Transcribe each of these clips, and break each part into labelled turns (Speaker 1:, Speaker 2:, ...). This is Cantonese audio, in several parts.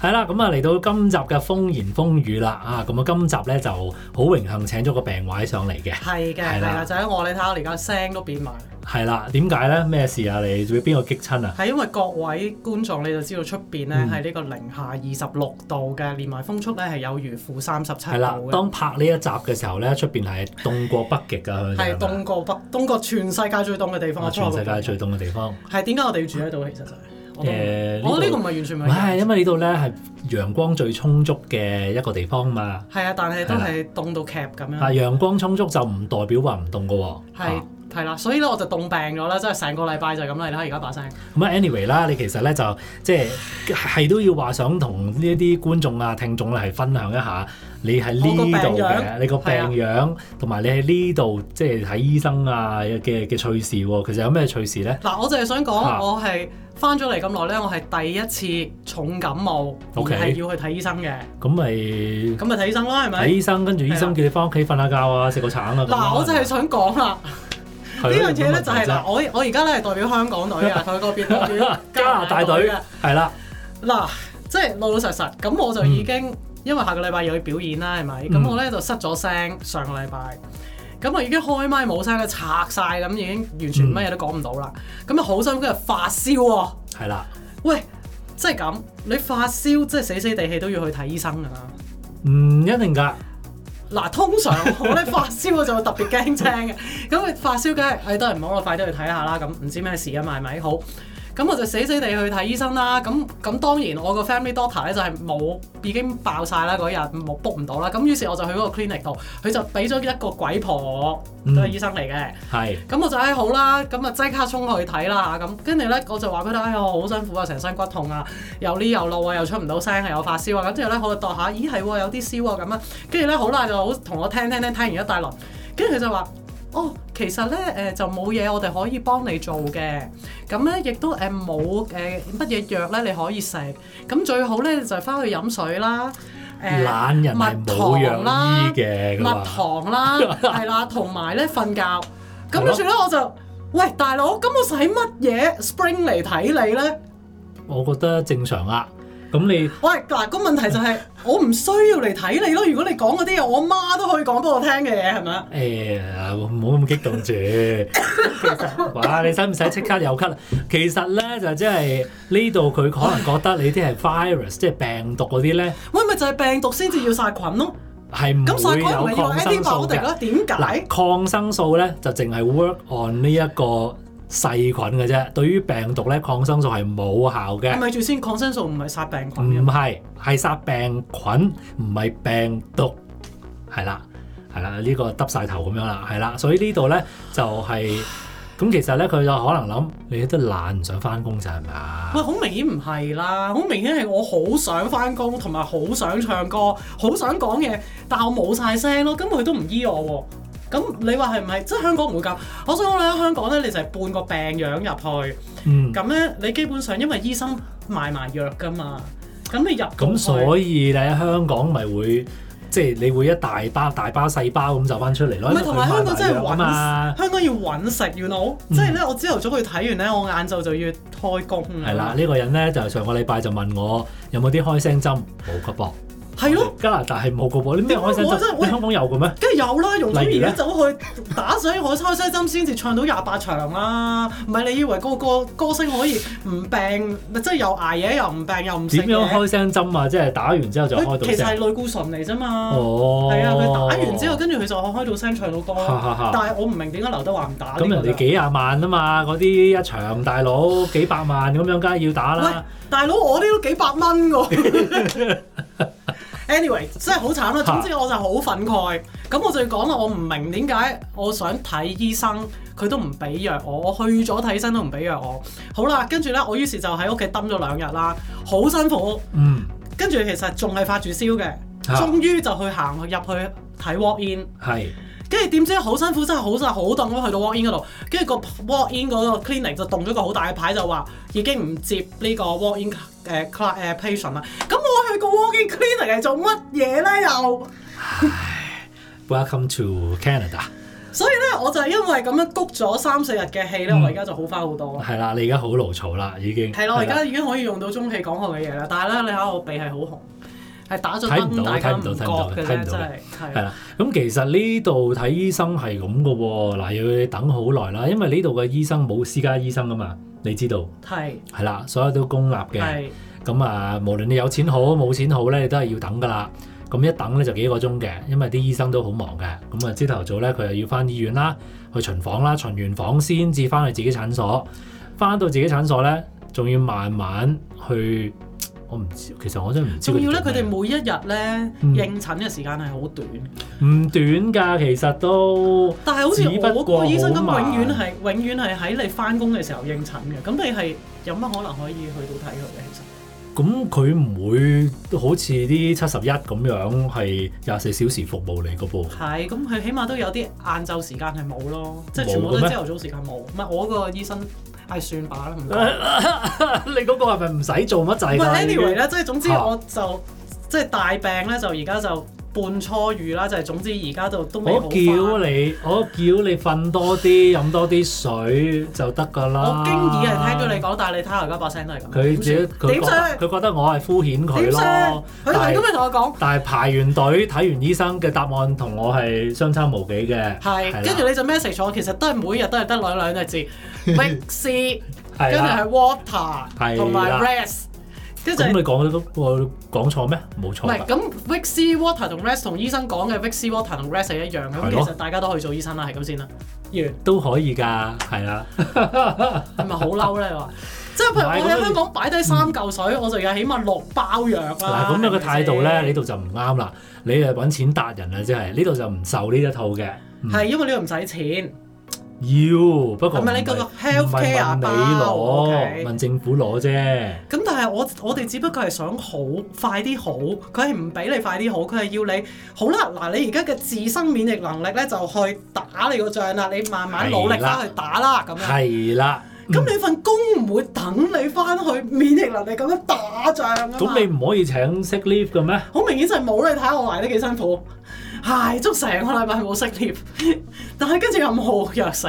Speaker 1: 係啦，咁啊嚟到今集嘅風言風語啦，啊咁啊今集咧就好榮幸請咗個病位上嚟嘅，
Speaker 2: 係嘅，
Speaker 1: 係
Speaker 2: 係
Speaker 1: 啦
Speaker 2: 啦，就喺我你睇下，我而家聲都變埋，
Speaker 1: 係啦，點解咧？咩事啊？你俾邊個激親啊？
Speaker 2: 係因為各位觀眾你就知道出邊咧
Speaker 1: 嗯
Speaker 2: 係呢個零下二十六度嘅，連埋風速咧係啊有如負三十七度
Speaker 1: 係啦，
Speaker 2: 嘅，
Speaker 1: 當拍呢一集嘅時候咧，出邊係凍過北極㗎，佢哋係
Speaker 2: 係
Speaker 1: 咪
Speaker 2: 凍過北，凍過全世界最凍嘅地方
Speaker 1: 啊
Speaker 2: 啊！
Speaker 1: 全世
Speaker 2: 中
Speaker 1: 界
Speaker 2: 國
Speaker 1: 最凍嘅地方。
Speaker 2: 係點解我哋要住喺度？其實就係我都唔
Speaker 1: 誒
Speaker 2: 我呢
Speaker 1: 呢度
Speaker 2: 個唔係完全唔
Speaker 1: 唔係，
Speaker 2: 係，啊
Speaker 1: 因為呢度咧係陽光最充足嘅一個地方嘛。
Speaker 2: 係啊，但係都係凍到劇咁
Speaker 1: 啊，
Speaker 2: 樣，
Speaker 1: 陽光充足就唔代表話唔凍㗎喎。
Speaker 2: 係
Speaker 1: 啊
Speaker 2: 係啦，所以咧我就凍病咗啦，即係成個禮拜就咁啦，你睇而家把聲。
Speaker 1: 咁啊，anyway 啦，你其實咧就即係係都要話想同呢一啲觀眾啊、聽眾咧係分享一下你喺
Speaker 2: 我個病
Speaker 1: 呢度嘅
Speaker 2: 樣
Speaker 1: 你個病
Speaker 2: 係啊
Speaker 1: 樣，同埋你喺呢度即係睇醫生啊嘅嘅趣事喎。其實有咩趣事咧？
Speaker 2: 嗱，我就係想講，
Speaker 1: 啊
Speaker 2: 我係翻咗嚟咁耐咧，我係第一次重感冒，而
Speaker 1: OK
Speaker 2: 係要去睇醫生嘅，
Speaker 1: 咁咪
Speaker 2: 咁咪睇醫生啦，係
Speaker 1: 睇
Speaker 2: 咪？
Speaker 1: 醫生，跟住醫生叫你翻屋企瞓下覺啊，食個橙啊。咁啊
Speaker 2: 嗱，我就係想 講啦，呢
Speaker 1: 係咯
Speaker 2: 樣嘢咧就
Speaker 1: 有乜問
Speaker 2: 係嗱，
Speaker 1: 題啫
Speaker 2: 我我而家咧係代表香 港隊啊，佢個邊代表
Speaker 1: 加拿大隊
Speaker 2: 嘅
Speaker 1: 係啦，
Speaker 2: 啊嗱，即係老老實實，咁我就已經因為下個禮拜又要表演啦，係咪？
Speaker 1: 嗯
Speaker 2: 咁我咧就失咗聲，上個禮拜。咁我已經開麥冇聲咧，拆晒咁已經完全乜嘢都講唔到啦。咁啊好辛苦，跟住發燒喎、
Speaker 1: 係啦，
Speaker 2: 喂，即係咁，你發燒即係死死地氣都要去睇醫生㗎啦。
Speaker 1: 嗯唔一定㗎。
Speaker 2: 嗱，通常我咧發燒我就會特別驚青嘅，咁佢發燒梗係，誒都係唔好，我快啲去睇下啦。咁唔知咩事啊嘛，係咪好？咁我就死死地去睇醫生啦。咁咁當然我個 family doctor 咧就係冇已經爆晒啦嗰日，冇 book 唔到啦。咁於是我就去嗰個 clinic 度，佢就俾咗一個鬼婆我，都係醫生嚟嘅。
Speaker 1: 係
Speaker 2: 咁我就唉好啦，咁啊即刻衝去睇啦咁，跟住咧我就話俾佢聽，哎呀我好辛苦啊，成身骨痛啊，又呢又路啊，又出唔到聲啊，又發燒啊，咁之後咧我就度下，咦係喎有啲燒啊咁啊，跟住咧好啦就好同我聽聽聽聽完一大輪，跟住佢就話。哦，其實咧誒、呃就冇嘢，我哋可以幫你做嘅。咁咧亦都誒冇誒乜嘢藥咧，你可以食。咁最好咧就係翻去飲水啦，誒、
Speaker 1: 懶人係冇藥
Speaker 2: 蜜糖啦
Speaker 1: 醫嘅，啊佢
Speaker 2: 蜜
Speaker 1: 話
Speaker 2: 糖啦，係啦，同埋咧瞓覺。咁
Speaker 1: 係咯
Speaker 2: 跟住咧我就，喂大佬，咁我使乜嘢 spring 嚟睇你咧？
Speaker 1: 我覺得正常啦。咁你
Speaker 2: 喂，嗱個問題就係、我唔需要嚟睇你咯。如果你講嗰啲嘢，我媽都可以講俾我聽嘅嘢，係咪啊？
Speaker 1: 誒哎唔好咁激動住，其實哇！你使唔使即刻又咳啊？其實咧就即係呢度佢可能覺得你啲係 virus，即係 病毒嗰啲咧
Speaker 2: 喂，咪就係病毒先至要殺菌咯。
Speaker 1: 係唔
Speaker 2: 咁殺
Speaker 1: 會
Speaker 2: 菌唔係
Speaker 1: 有
Speaker 2: 要
Speaker 1: 抗生素
Speaker 2: antibiotic
Speaker 1: 嘅
Speaker 2: 啦？。點
Speaker 1: 嗱
Speaker 2: 解，？
Speaker 1: 抗生素咧就淨係 work on 呢一個細菌嘅啫，對於病毒咧抗生素係冇效嘅。
Speaker 2: 咪住先，抗生素唔係殺病菌嘅
Speaker 1: 唔
Speaker 2: 咩。
Speaker 1: 係，係殺病菌，唔係病毒，係啦，係啦，呢、個耷晒頭咁樣啦，係啦，所以呢度咧就係、咁，其實咧佢就可能諗你都懶唔想翻工咋係咪啊
Speaker 2: 喂，？好明顯唔係啦，好明顯係我好想翻工，同埋好想唱歌，好想講嘢，但我冇晒聲咯，咁佢都唔醫我喎。咁你話係唔係？即係香港唔會咁。我想講咧，香港咧你就係半個病樣入去，
Speaker 1: 嗯，
Speaker 2: 咁咧你基本上因為醫生賣埋藥㗎嘛，咁你入到
Speaker 1: 咁
Speaker 2: 去
Speaker 1: 所以咧香港咪會即係你會一大包大包細包咁就翻出嚟咯，
Speaker 2: 唔
Speaker 1: 因為
Speaker 2: 係
Speaker 1: 佢
Speaker 2: 同埋香港真係
Speaker 1: 賣藥啊
Speaker 2: 揾
Speaker 1: 嘛。
Speaker 2: 香港要揾食，you know，
Speaker 1: 嗯
Speaker 2: 即係咧我朝頭早去睇完咧，我晏晝就要開工
Speaker 1: 係啦，，呢、個人咧就上個禮拜就問我有冇啲開聲針，冇個噃。
Speaker 2: 係咯，，
Speaker 1: 加拿大係冇個噃，你咩
Speaker 2: 點解
Speaker 1: 開聲
Speaker 2: 我真
Speaker 1: 針？
Speaker 2: 係
Speaker 1: 你
Speaker 2: 喂
Speaker 1: 香港有嘅咩？
Speaker 2: 梗係有啦，容祖
Speaker 1: 例如
Speaker 2: 兒
Speaker 1: 咧
Speaker 2: 都走去打上海抽西針先至唱到廿八場啦。唔係你以為個個歌星可以唔病，咪即係又捱夜又唔病又唔食
Speaker 1: 點樣
Speaker 2: 嘢？
Speaker 1: 開聲針啊？即係打完之後就開
Speaker 2: 佢
Speaker 1: 到
Speaker 2: 其實係
Speaker 1: 聲。
Speaker 2: 類固醇嚟啫嘛。
Speaker 1: 哦，
Speaker 2: 係啊，佢打完之後，跟住佢就可以開到聲唱到歌
Speaker 1: 哈
Speaker 2: 啦。
Speaker 1: 哈哈
Speaker 2: 但係我唔明點解劉德華唔打呢個
Speaker 1: 咁人哋幾廿萬啊嘛，嗰啲一場大佬幾百萬咁樣，梗係要打啦。
Speaker 2: 大佬，我呢都幾百蚊喎。anyway，真係好慘啦。總之我就好憤慨，咁我就要講啦。我唔明點解我想睇醫生，佢都唔俾藥我。我去咗睇醫生都唔俾藥我。好啦，跟住呢，我於是就喺屋企蹲咗兩日啦，好辛苦。
Speaker 1: 嗯，
Speaker 2: 跟住其實仲係發住燒嘅，
Speaker 1: 啊
Speaker 2: 終於就去行入去睇 walk in。
Speaker 1: 係
Speaker 2: 跟住點知好辛苦，真係好曬好凍咯，去到 walk in 嗰度，跟住個 walk in 嗰個 clinic 就動咗個好大嘅牌，就話已經唔接呢個 walk in 誒 cl 誒 patient 啦。咁我去個 walk in clinic 係做乜嘢咧？又
Speaker 1: ，Welcome to Canada。
Speaker 2: 所以咧我就因為咁樣谷咗三四日嘅氣咧，
Speaker 1: 嗯
Speaker 2: 我而家就好翻好多啦。
Speaker 1: 係啦，你而家好勞嘈啦，已經
Speaker 2: 係咯，我而
Speaker 1: 係啦
Speaker 2: 家已經可以用到中氣講學嘅嘢啦。但係咧，你睇下我鼻係好紅，係打咗
Speaker 1: 睇唔
Speaker 2: 燈，
Speaker 1: 到
Speaker 2: 大家
Speaker 1: 睇唔到
Speaker 2: 覺嘅
Speaker 1: 睇唔到
Speaker 2: 啫，真
Speaker 1: 睇
Speaker 2: 係係
Speaker 1: 係啦，咁其實呢度睇醫生係咁嘅喎，嗱要你等好耐啦，因為呢度嘅醫生冇私家醫生噶嘛，你知道
Speaker 2: 係
Speaker 1: 係啦，所有都公立嘅，
Speaker 2: 係
Speaker 1: 咁啊無論你有錢好冇錢好咧，你都係要等噶啦。咁一等咧就幾個鐘嘅，因為啲醫生都好忙嘅。咁啊，朝頭早咧佢又要翻醫院啦，去巡房啦，巡完房先至翻去自己診所。翻到自己診所咧，仲要慢慢去，我唔知，其實我真係唔知。
Speaker 2: 仲要咧，佢哋每一日咧
Speaker 1: 嗯
Speaker 2: 應診嘅時間係好短，
Speaker 1: 唔短㗎，其實都。
Speaker 2: 但係好似
Speaker 1: 只不
Speaker 2: 我
Speaker 1: 過
Speaker 2: 個醫生咁，
Speaker 1: 好慢
Speaker 2: 永遠係永遠係喺你翻工嘅時候應診嘅。咁你係有乜可能可以去到睇佢嘅？其實
Speaker 1: 咁佢唔會好似啲七十一咁樣係廿四小時服務你個噃，
Speaker 2: 係咁，佢起碼都有啲晏晝時間係冇咯，即係
Speaker 1: 冇
Speaker 2: 全部都
Speaker 1: 嘅咩
Speaker 2: 朝頭早時間冇。唔係我個醫生係算把啦， 唔該。
Speaker 1: 你嗰個係咪唔使做乜滯
Speaker 2: 唔係
Speaker 1: 㗎已經
Speaker 2: anyway 咧，即係總之
Speaker 1: 嚇
Speaker 2: 我就即係大病咧，就而家就半初愈啦，就係總之而家就都未
Speaker 1: 我
Speaker 2: 好
Speaker 1: 叫
Speaker 2: 翻。
Speaker 1: 你，我叫你瞓多啲，飲多啲水就得㗎啦。
Speaker 2: 我經已係聽咗你講，但係你睇下而家把聲都係咁。
Speaker 1: 啊佢自己佢覺
Speaker 2: 點算
Speaker 1: 得佢覺得我係敷衍佢
Speaker 2: 點
Speaker 1: 咯
Speaker 2: 算，？佢係咁樣啊同我講，
Speaker 1: 但係排完隊睇完醫生嘅答案同我係相差無幾嘅，
Speaker 2: 係，跟
Speaker 1: 啦
Speaker 2: 住你就 message 我，其實都係每日都係得兩兩隻 字 w 士，
Speaker 1: 係
Speaker 2: 跟住
Speaker 1: 啦
Speaker 2: 係 water 同
Speaker 1: 係
Speaker 2: 埋
Speaker 1: 啦
Speaker 2: rest，跟住
Speaker 1: 咁
Speaker 2: 係
Speaker 1: 你講得我講錯咩？冇
Speaker 2: 唔
Speaker 1: 錯
Speaker 2: 係
Speaker 1: 㗎，
Speaker 2: 咁 w i x y water 同 rest 同醫生講嘅 w i x y water 同 rest 係一樣嘅，
Speaker 1: 係
Speaker 2: 咁其
Speaker 1: 咯
Speaker 2: 實大家都可以做醫生啦，係咁 先啦。完
Speaker 1: 都可以㗎，係啦。
Speaker 2: 係咪好嬲咧？你話即係譬
Speaker 1: 唔係
Speaker 2: 如
Speaker 1: 咁嗯
Speaker 2: 我喺香港擺低三嚿水，我就有起碼六包藥
Speaker 1: 嗱，
Speaker 2: 啦。
Speaker 1: 咁樣嘅
Speaker 2: 係咪
Speaker 1: 態度咧，
Speaker 2: 先
Speaker 1: 呢度就唔啱啦。你係揾錢達人啊，即係呢度就唔受呢一套嘅。嗯
Speaker 2: 係因為呢度唔使錢，
Speaker 1: 要不過
Speaker 2: 係
Speaker 1: 唔
Speaker 2: 咪你
Speaker 1: 係
Speaker 2: 嗰個
Speaker 1: 唔
Speaker 2: health
Speaker 1: 係
Speaker 2: care
Speaker 1: 問你
Speaker 2: 包？OK
Speaker 1: 攞，問政府攞啫。
Speaker 2: 咁但係我我哋只不過係想好快啲好，佢係唔俾你快啲好，佢係要你好啦。嗱，你而家嘅自身免疫能力咧就去打你個仗啦，你慢慢努力
Speaker 1: 係啦
Speaker 2: 翻去打啦咁樣。
Speaker 1: 係啦，
Speaker 2: 咁你份工唔會等你翻去免疫能力咁樣打仗啊嘛。
Speaker 1: 咁你唔可以請 sick leave 嘅咩？
Speaker 2: 好明顯就係冇你睇我捱得幾辛苦，捱足成個禮拜冇食貼， 但係跟住又冇藥食，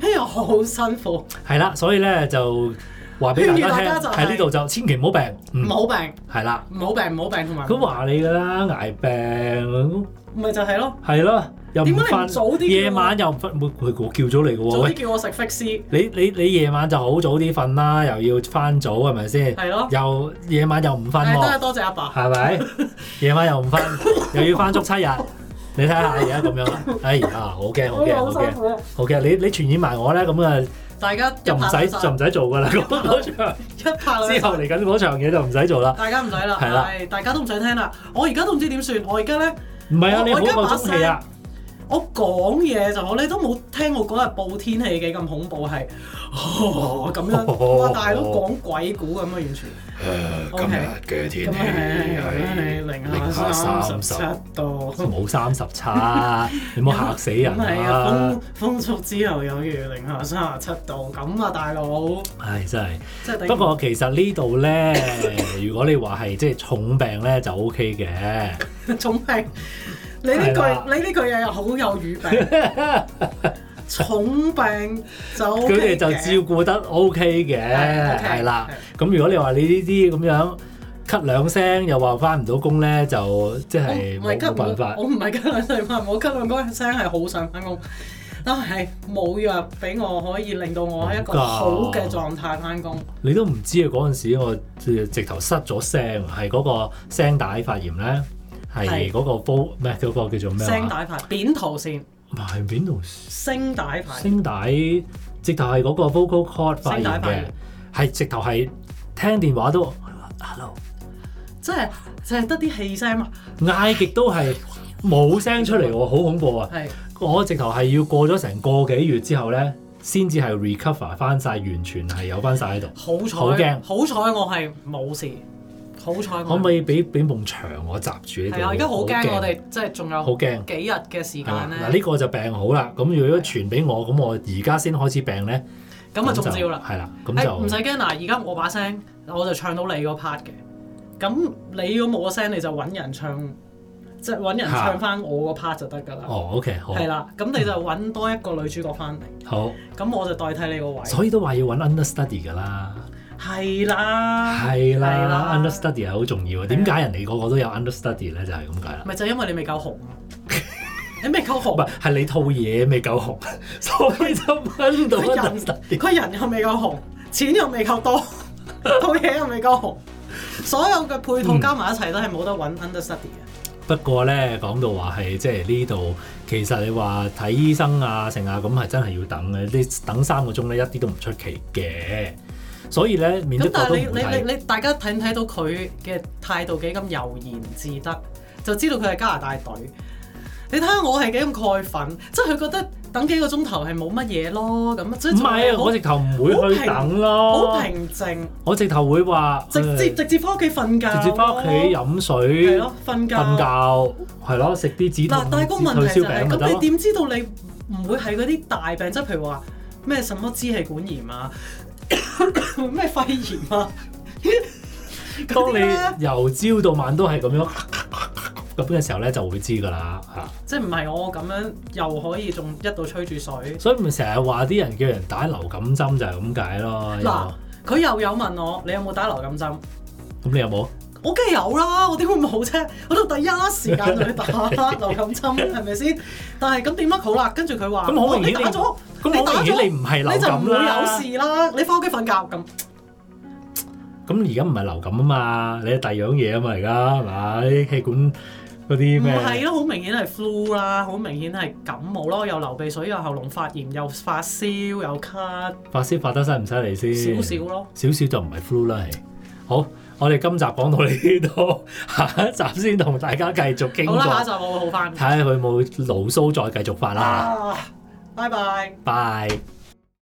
Speaker 2: 跟住又好辛苦，
Speaker 1: 係啦，所以咧就話俾大
Speaker 2: 勸
Speaker 1: 家
Speaker 2: 喻大家
Speaker 1: 聽，
Speaker 2: 就係
Speaker 1: 喺呢度就千祈唔好病。
Speaker 2: 唔
Speaker 1: 嗯，
Speaker 2: 好病，
Speaker 1: 係啦，
Speaker 2: 唔好病，唔好病同埋
Speaker 1: 咁話你㗎啦，捱病
Speaker 2: 咪就係咯，
Speaker 1: 係咯，又唔
Speaker 2: 點解你唔
Speaker 1: 瞓，
Speaker 2: 早啲叫我
Speaker 1: 夜晚又唔瞓，佢佢叫咗你嘅喎。
Speaker 2: 早
Speaker 1: 喂
Speaker 2: 啲叫我食 fix
Speaker 1: 你你你夜晚就好早啲瞓啦，又要翻早係咪先？
Speaker 2: 係咯，
Speaker 1: 又夜晚又唔瞓
Speaker 2: 係都係
Speaker 1: 喎，
Speaker 2: 哎多謝阿爸，
Speaker 1: 係咪？夜晚又唔瞓，又要翻足七日。你睇下而家咁樣啦，哎呀，好驚好
Speaker 2: 我
Speaker 1: 驚
Speaker 2: 好
Speaker 1: 好
Speaker 2: 辛
Speaker 1: 驚
Speaker 2: 苦啊，
Speaker 1: 好驚！你你傳染埋我咧，咁啊
Speaker 2: 大家
Speaker 1: 就
Speaker 2: 一
Speaker 1: 唔
Speaker 2: 拍
Speaker 1: 使
Speaker 2: 兩
Speaker 1: 就
Speaker 2: 散
Speaker 1: 唔使做噶啦，嗰嗰 場
Speaker 2: 一拍兩
Speaker 1: 之後
Speaker 2: 散
Speaker 1: 嚟緊嗰場嘢就唔使做啦。
Speaker 2: 大家唔使啦，
Speaker 1: 係啦
Speaker 2: 係大家都唔想聽啦，我而家都唔知點算，我而家咧。
Speaker 1: 唔係啊，
Speaker 2: 我
Speaker 1: 你好夠中氣啊！
Speaker 2: 我講嘢就好，你都冇聽我嗰日報天氣幾咁恐怖係哦咁樣，
Speaker 1: 哦
Speaker 2: 哇！大佬講鬼故咁啊，完全
Speaker 3: 今日嘅天
Speaker 2: 咁
Speaker 3: 氣
Speaker 2: 啊係咁啊係
Speaker 3: 係
Speaker 2: 零下三十七度，咁
Speaker 1: 冇三十 差，你唔好嚇死人
Speaker 2: 係啊
Speaker 1: 啊！！
Speaker 2: 風風速之後有雨，零下三十七度，咁啊大佬，
Speaker 1: 唉，真係。
Speaker 2: 真係頂唔
Speaker 1: 不過其實呢度咧，如果你話係即係重病咧就 O K 嘅，
Speaker 2: 重病，你呢
Speaker 1: 係啦
Speaker 2: 句你呢句嘢好有語病， 重病就
Speaker 1: 佢哋
Speaker 2: OK
Speaker 1: 就
Speaker 2: 嘅
Speaker 1: 照顧得 O K 嘅，
Speaker 2: 係，OK，
Speaker 1: 係啦
Speaker 2: 係。
Speaker 1: 咁如果你話你呢啲咁樣咳兩聲又話翻唔到工咧，就即
Speaker 2: 我
Speaker 1: 係
Speaker 2: 哦唔
Speaker 1: 冇
Speaker 2: 係
Speaker 1: 冇
Speaker 2: 急
Speaker 1: 辦法
Speaker 2: 我。唔係急兩歲嘛，我急兩嗰聲係好想翻工，但係冇藥俾我可以令到我喺一個好嘅狀態翻工。
Speaker 1: 你都唔知啊！嗰陣時我直直頭失咗聲，係嗰個聲帶發炎咧，係
Speaker 2: 係
Speaker 1: 嗰個煲咩嗰個叫做咩
Speaker 2: 聲
Speaker 1: 話？
Speaker 2: 帶牌扁桃腺，
Speaker 1: 唔係邊度？
Speaker 2: 聲帶牌
Speaker 1: 聲帶直頭係嗰個 vocal cord 發
Speaker 2: 聲
Speaker 1: 炎
Speaker 2: 帶發
Speaker 1: 嘅
Speaker 2: 炎，
Speaker 1: 係直頭係聽電話都 hello。
Speaker 2: 即係就係得啲氣聲嘛，
Speaker 1: 嗌極都係冇聲出嚟喎，好恐怖啊！
Speaker 2: 係
Speaker 1: 我直頭係要過咗成個幾月之後咧，先至係 recover 翻晒，完全係有翻晒喺度。
Speaker 2: 好彩，
Speaker 1: 好驚
Speaker 2: 好彩我係冇事，好彩
Speaker 1: 可
Speaker 2: 我
Speaker 1: 唔
Speaker 2: 係
Speaker 1: 可以俾俾埲牆我閘住呢度？
Speaker 2: 係啊！而家好驚我哋即係仲
Speaker 1: 好
Speaker 2: 有
Speaker 1: 驚。
Speaker 2: 幾日嘅時
Speaker 1: 係啦
Speaker 2: 間
Speaker 1: 嗱，
Speaker 2: 咧，
Speaker 1: 呢個就病好啦。咁如果傳俾我，咁我而家先開始病咧，
Speaker 2: 咁啊中
Speaker 1: 就
Speaker 2: 招啦。
Speaker 1: 係啦，
Speaker 2: 誒
Speaker 1: 咁
Speaker 2: 唔使
Speaker 1: 就
Speaker 2: 驚啊嗱，而家我把聲我就唱到你嗰 part 嘅，咁你如果冇個聲你就揾人唱，即係揾人
Speaker 1: 嚇
Speaker 2: 唱翻我個 part 就得㗎啦。
Speaker 1: 哦，OK，好，
Speaker 2: 係啦，咁你就揾多一個女主角翻嚟，
Speaker 1: 好，
Speaker 2: 咁我就代替你個位。
Speaker 1: 所以都話要揾 understudy 㗎啦，
Speaker 2: 係啦，
Speaker 1: 係
Speaker 2: 係
Speaker 1: 啦
Speaker 2: 啦啊
Speaker 1: ，understudy 係好重要嘅。點解人哋個個都有 understudy 咧？就係咁解啦。
Speaker 2: 咪就係因為你未夠紅 啊，你未夠
Speaker 1: 唔
Speaker 2: 紅
Speaker 1: 係，，係你套嘢未夠紅，所以 就揾到
Speaker 2: 佢
Speaker 1: understudy
Speaker 2: 人。佢人又未夠紅，錢又未 夠多，套嘢又未夠紅，所有嘅配套加埋一齊都係冇得揾 understudy 嘅。
Speaker 1: 不過咧，講到話係即係呢度，其實你話睇醫生啊、成啊，咁係真係要等嘅。你等三個鐘咧，一啲都唔出奇嘅。所以咧，免得
Speaker 2: 咁
Speaker 1: 個
Speaker 2: 但
Speaker 1: 都
Speaker 2: 係
Speaker 1: 唔
Speaker 2: 你
Speaker 1: 睇。
Speaker 2: 你你你大家睇唔睇到佢嘅態度幾咁悠然自得，就知道佢係加拿大隊。你睇下我係幾咁蓋憤，即係佢覺得等幾個鐘頭係冇乜嘢咯，咁即係
Speaker 1: 唔係啊！
Speaker 2: 仲
Speaker 1: 我直頭唔會去等咯。
Speaker 2: 好平靜，
Speaker 1: 我直頭會話
Speaker 2: 直接
Speaker 1: 直
Speaker 2: 直接翻屋企瞓覺，
Speaker 1: 接翻屋企飲
Speaker 2: 係
Speaker 1: 水、
Speaker 2: 咯，瞓覺。
Speaker 1: 瞓覺，係咯，食啲止痛
Speaker 2: 嗱，但係個問題
Speaker 1: 退
Speaker 2: 就
Speaker 1: 燒
Speaker 2: 係、
Speaker 1: 餅咪
Speaker 2: 咁
Speaker 1: 得
Speaker 2: 你
Speaker 1: 咯。
Speaker 2: 點知道你唔會係嗰啲大病，即係譬如話咩什麼支氣管炎啊， 咩肺炎啊，
Speaker 1: 當
Speaker 2: 嗰啲咧
Speaker 1: 你由朝到晚都係咁樣咁嘅時候咧，就會知㗎啦啊嚇。
Speaker 2: 即係唔係我咁樣又可以仲一度吹住水？
Speaker 1: 所以咪成日話啲人叫人打流感針就係啊咁解咯。
Speaker 2: 嗱，佢又有問我你有冇打流感針？
Speaker 1: 咁你有冇？
Speaker 2: 我梗係有啦，我點會冇啫？我都第一時間就去打流感針，係咪先？ 但係咁點乜啊好啦？跟住佢話：
Speaker 1: 咁好
Speaker 2: 哦
Speaker 1: 明顯
Speaker 2: 你打咗，
Speaker 1: 咁好明顯你唔係
Speaker 2: 你
Speaker 1: 流
Speaker 2: 就唔
Speaker 1: 感
Speaker 2: 會
Speaker 1: 啦。
Speaker 2: 有事啦。你翻屋企瞓覺咁，
Speaker 1: 咁而家唔係流感啊嘛，你係第二樣嘢啊嘛，而家係咪？啲氣管嗰啲
Speaker 2: 唔
Speaker 1: 咩？
Speaker 2: 係咯？好明顯係 flu 啦，好明顯係感冒咯，又流鼻水，又喉嚨發炎，又發燒，又咳，
Speaker 1: 發燒發得犀唔犀利先？
Speaker 2: 少少咯。
Speaker 1: 少少就唔係 flu 啦，係。好，我哋今集講到呢度， 下一集先同大家繼續傾
Speaker 2: 好
Speaker 1: 過，
Speaker 2: 啦，
Speaker 1: 睇
Speaker 2: 下一集我會好翻。啊
Speaker 1: 下佢有冇牢騷再繼續發啦。
Speaker 2: 啊，拜拜。
Speaker 1: 拜。